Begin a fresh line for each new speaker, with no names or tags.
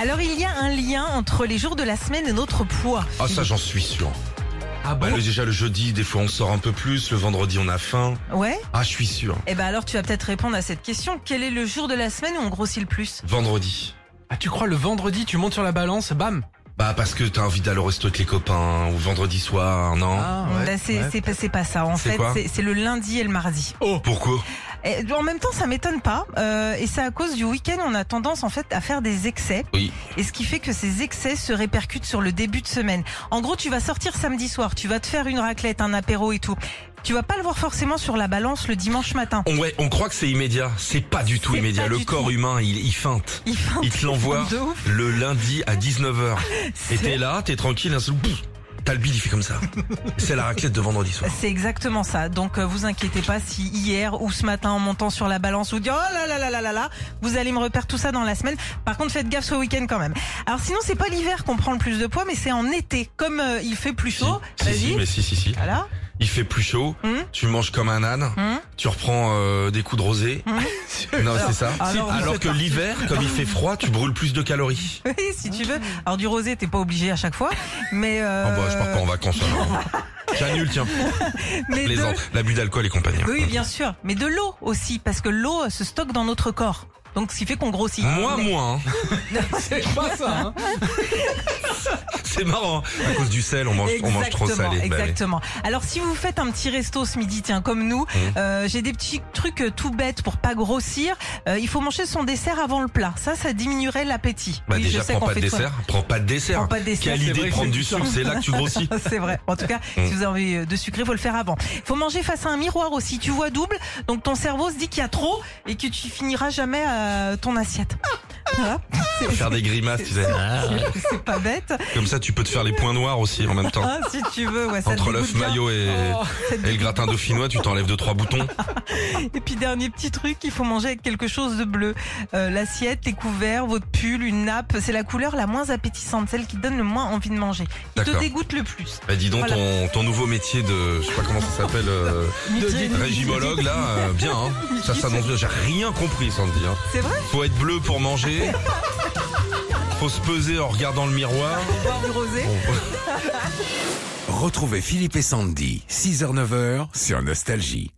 Alors il y a un lien entre les jours de la semaine et notre poids.
Ah ça j'en suis sûr.
Ah
Bah,
bon
le- déjà le jeudi, des fois on sort un peu plus, le vendredi on a faim.
Ouais
Ah je suis sûr.
Eh ben alors tu vas peut-être répondre à cette question. Quel est le jour de la semaine où on grossit le plus
Vendredi.
Ah tu crois le vendredi tu montes sur la balance, bam
Bah parce que t'as envie d'aller au resto avec les copains ou vendredi soir, hein, non
Ah
Ben, c'est
ouais.
c'est pas- c'est pas ça. En
C'est
fait,
quoi
c'est- c'est le lundi et le mardi.
Oh. Pourquoi
Et en même temps, ça m'étonne pas. euh, et c'est à cause du week-end, on a tendance en fait à faire des excès.
Oui.
Et ce qui fait que ces excès se répercutent sur le début de semaine. En gros, tu vas sortir samedi soir, tu vas te faire une raclette, un apéro et tout. Tu vas pas le voir forcément sur la balance le dimanche matin.
on, ouais, on croit que c'est immédiat, c'est pas du tout
C'est
immédiat.
pas
Le
du
corps
tout.
humain, il, il feinte.
Il fait un
Il te l'envoie
de ouf.
le lundi à 19h. Et
Ah, C'est-
t'es là, t'es tranquille, un seul bouf, T'as le bide, il fait comme ça. C'est la raclette de vendredi soir.
C'est exactement ça. Donc euh, vous inquiétez pas si hier ou ce matin en montant sur la balance vous dites oh là là là là là là, vous allez me repérer tout ça dans la semaine. Par contre faites gaffe ce week-end quand même. Alors sinon c'est pas l'hiver qu'on prend le plus de poids, mais c'est en été. Comme euh, il fait plus chaud,
Si, si, si, mais si, si, si.
Voilà.
Il fait plus chaud,
Hum,
tu manges comme un âne,
hum.
tu reprends euh, des coups de rosée. Non, c'est ça.
Alors, vous
Alors que l'hiver, comme il fait froid, tu brûles plus de calories.
Oui, si tu veux. Alors du rosé, t'es pas obligé à chaque fois, mais euh,
Oh bah, je pars pas en vacances. alors. J'annule, tiens,
mais de...
plaisante. L'abus d'alcool et compagnie. hein.
Oui, bien sûr, mais de l'eau aussi, parce que l'eau euh, se stocke dans notre corps. Donc, ce qui fait qu'on grossit.
Moi, moins. hein.
C'est pas ça hein.
C'est marrant. hein. À cause du sel, on mange, on mange trop salé. Bah, allez.
exactement. Alors si vous faites un petit resto ce midi, tiens comme nous,
Mmh.
euh, j'ai des petits trucs euh, tout bêtes pour pas grossir. Euh, il faut manger son dessert avant le plat. Ça, ça diminuerait l'appétit.
Bah
Oui,
déjà, prends
qu'on
pas de
fait tout-
dessert. Prends pas de
Prends
dessert.
pas de dessert.
Quelle
c'est
idée
vrai
de
que
prendre
c'est
du
ça.
sucre, c'est là que tu grossis.
C'est vrai. En tout cas,
Mm.
si vous avez envie de sucrer, faut le faire avant. Il faut manger face à un miroir aussi. Tu vois double, donc ton cerveau se dit qu'il y a trop et que tu finiras jamais euh, ton assiette. Voilà.
Faire des grimaces, tu sais.
C'est pas bête.
Comme ça, tu peux te faire les points noirs aussi en même temps.
Hein, si tu veux, ouais, ça te
Entre l'œuf
dégoûte bien. Oh,
maillot et,
Ça te
et le gratin dauphinois, tu t'enlèves deux trois boutons.
Et puis dernier petit truc, il faut manger avec quelque chose de bleu. Euh, L'assiette, les couverts, votre pull, une nappe, c'est la couleur la moins appétissante, celle qui donne le moins envie de manger, qui te
D'accord.
dégoûte le plus.
Bah dis donc
Voilà.
ton, ton nouveau métier de je sais pas comment ça s'appelle euh, régimologue là euh, bien hein. ça s'annonce bien j'ai rien compris Sandy hein.
C'est vrai
faut être bleu pour manger faut se peser en regardant le miroir
Boire du rosé.
Retrouvez Philippe et Sandy, 6h-9h sur Nostalgie.